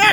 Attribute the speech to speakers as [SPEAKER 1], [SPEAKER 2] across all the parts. [SPEAKER 1] é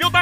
[SPEAKER 1] da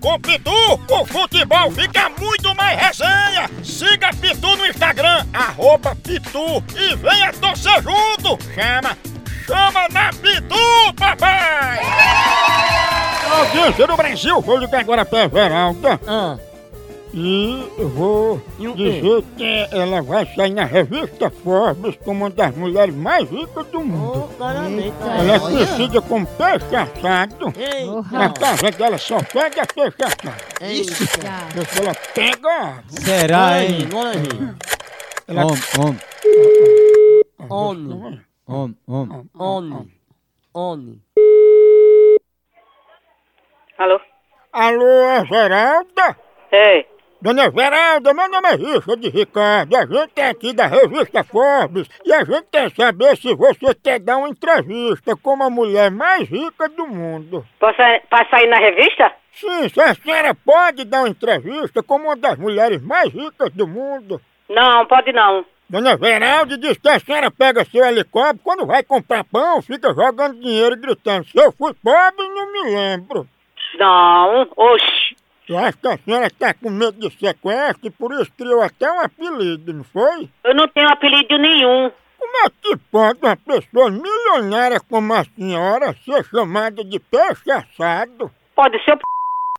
[SPEAKER 1] Com Pitu, o futebol fica muito mais resenha. Siga Pitu no Instagram, arroba Pitu e venha torcer junto. Chama, chama na Pitu, papai! Audiência do Brasil, vou ligar agora pra Veralda.
[SPEAKER 2] Ah,
[SPEAKER 1] E eu vou
[SPEAKER 2] E o quê?
[SPEAKER 1] dizer que ela vai sair na revista Forbes como uma das mulheres mais ricas do mundo.
[SPEAKER 2] ô, parabéns,
[SPEAKER 1] Ela é
[SPEAKER 2] cara.
[SPEAKER 1] conhecida como peixe assado. Na
[SPEAKER 2] Eita.
[SPEAKER 1] casa dela só pega peixe assado.
[SPEAKER 2] Eita.
[SPEAKER 1] Eu falo, ela pega!
[SPEAKER 3] Será, hein?
[SPEAKER 2] Bora aí.
[SPEAKER 1] Ela-
[SPEAKER 3] Homem, homem,
[SPEAKER 2] Homem.
[SPEAKER 3] homem, homem.
[SPEAKER 2] Oni. Oni.
[SPEAKER 4] Alô?
[SPEAKER 1] Alô, é Geralda?
[SPEAKER 4] Ei,
[SPEAKER 1] Dona Geralda, meu nome é Richard Ricardo. A gente é aqui da revista Forbes e a gente quer saber se você quer dar uma entrevista como a mulher mais rica do mundo.
[SPEAKER 4] posso passar aí na revista?
[SPEAKER 1] Sim, se a senhora pode dar uma entrevista como uma das mulheres mais ricas do mundo.
[SPEAKER 4] Não, pode não.
[SPEAKER 1] Dona Geralda diz que a senhora pega seu helicóptero, quando vai comprar pão, fica jogando dinheiro e gritando: Se eu fui pobre, não me lembro.
[SPEAKER 4] Não, oxi.
[SPEAKER 1] Eu acho que a senhora está com medo de sequestro e por isso criou até um apelido, não foi?
[SPEAKER 4] Eu não tenho apelido nenhum.
[SPEAKER 1] Como é que pode uma pessoa milionária como a senhora ser chamada de peixe assado?
[SPEAKER 4] Pode ser o p...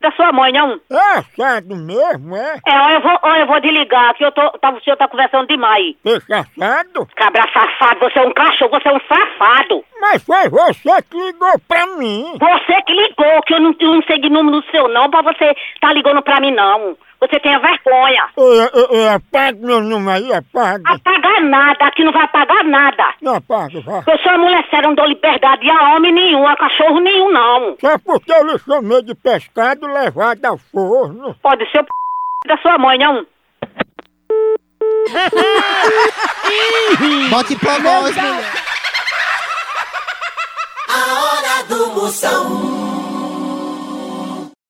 [SPEAKER 4] da sua mãe, não?
[SPEAKER 1] É assado mesmo, é?
[SPEAKER 4] É, ou eu vou, ou eu vou desligar, que eu tô, tá, o senhor tá conversando demais.
[SPEAKER 1] Peixe assado?
[SPEAKER 4] Cabra safado, você é um cachorro, você é um safado.
[SPEAKER 1] Mas foi você que ligou pra mim.
[SPEAKER 4] Você que ligou, que eu não, eu não sei de número do seu não, pra você tá ligando pra mim, não. Você tem vergonha.
[SPEAKER 1] Eu, eu, eu apago meu número aí, apaga.
[SPEAKER 4] Apagar nada, aqui não vai apagar nada.
[SPEAKER 1] Não apaga, vá.
[SPEAKER 4] Eu sou uma mulher séria, não dou liberdade a homem nenhum, a cachorro nenhum, não.
[SPEAKER 1] Só porque eu lhe chamei de pescado levado ao forno.
[SPEAKER 4] Pode ser o p... da sua mãe, não?
[SPEAKER 3] Bote pra nós, mulher.
[SPEAKER 5] A hora do Moção.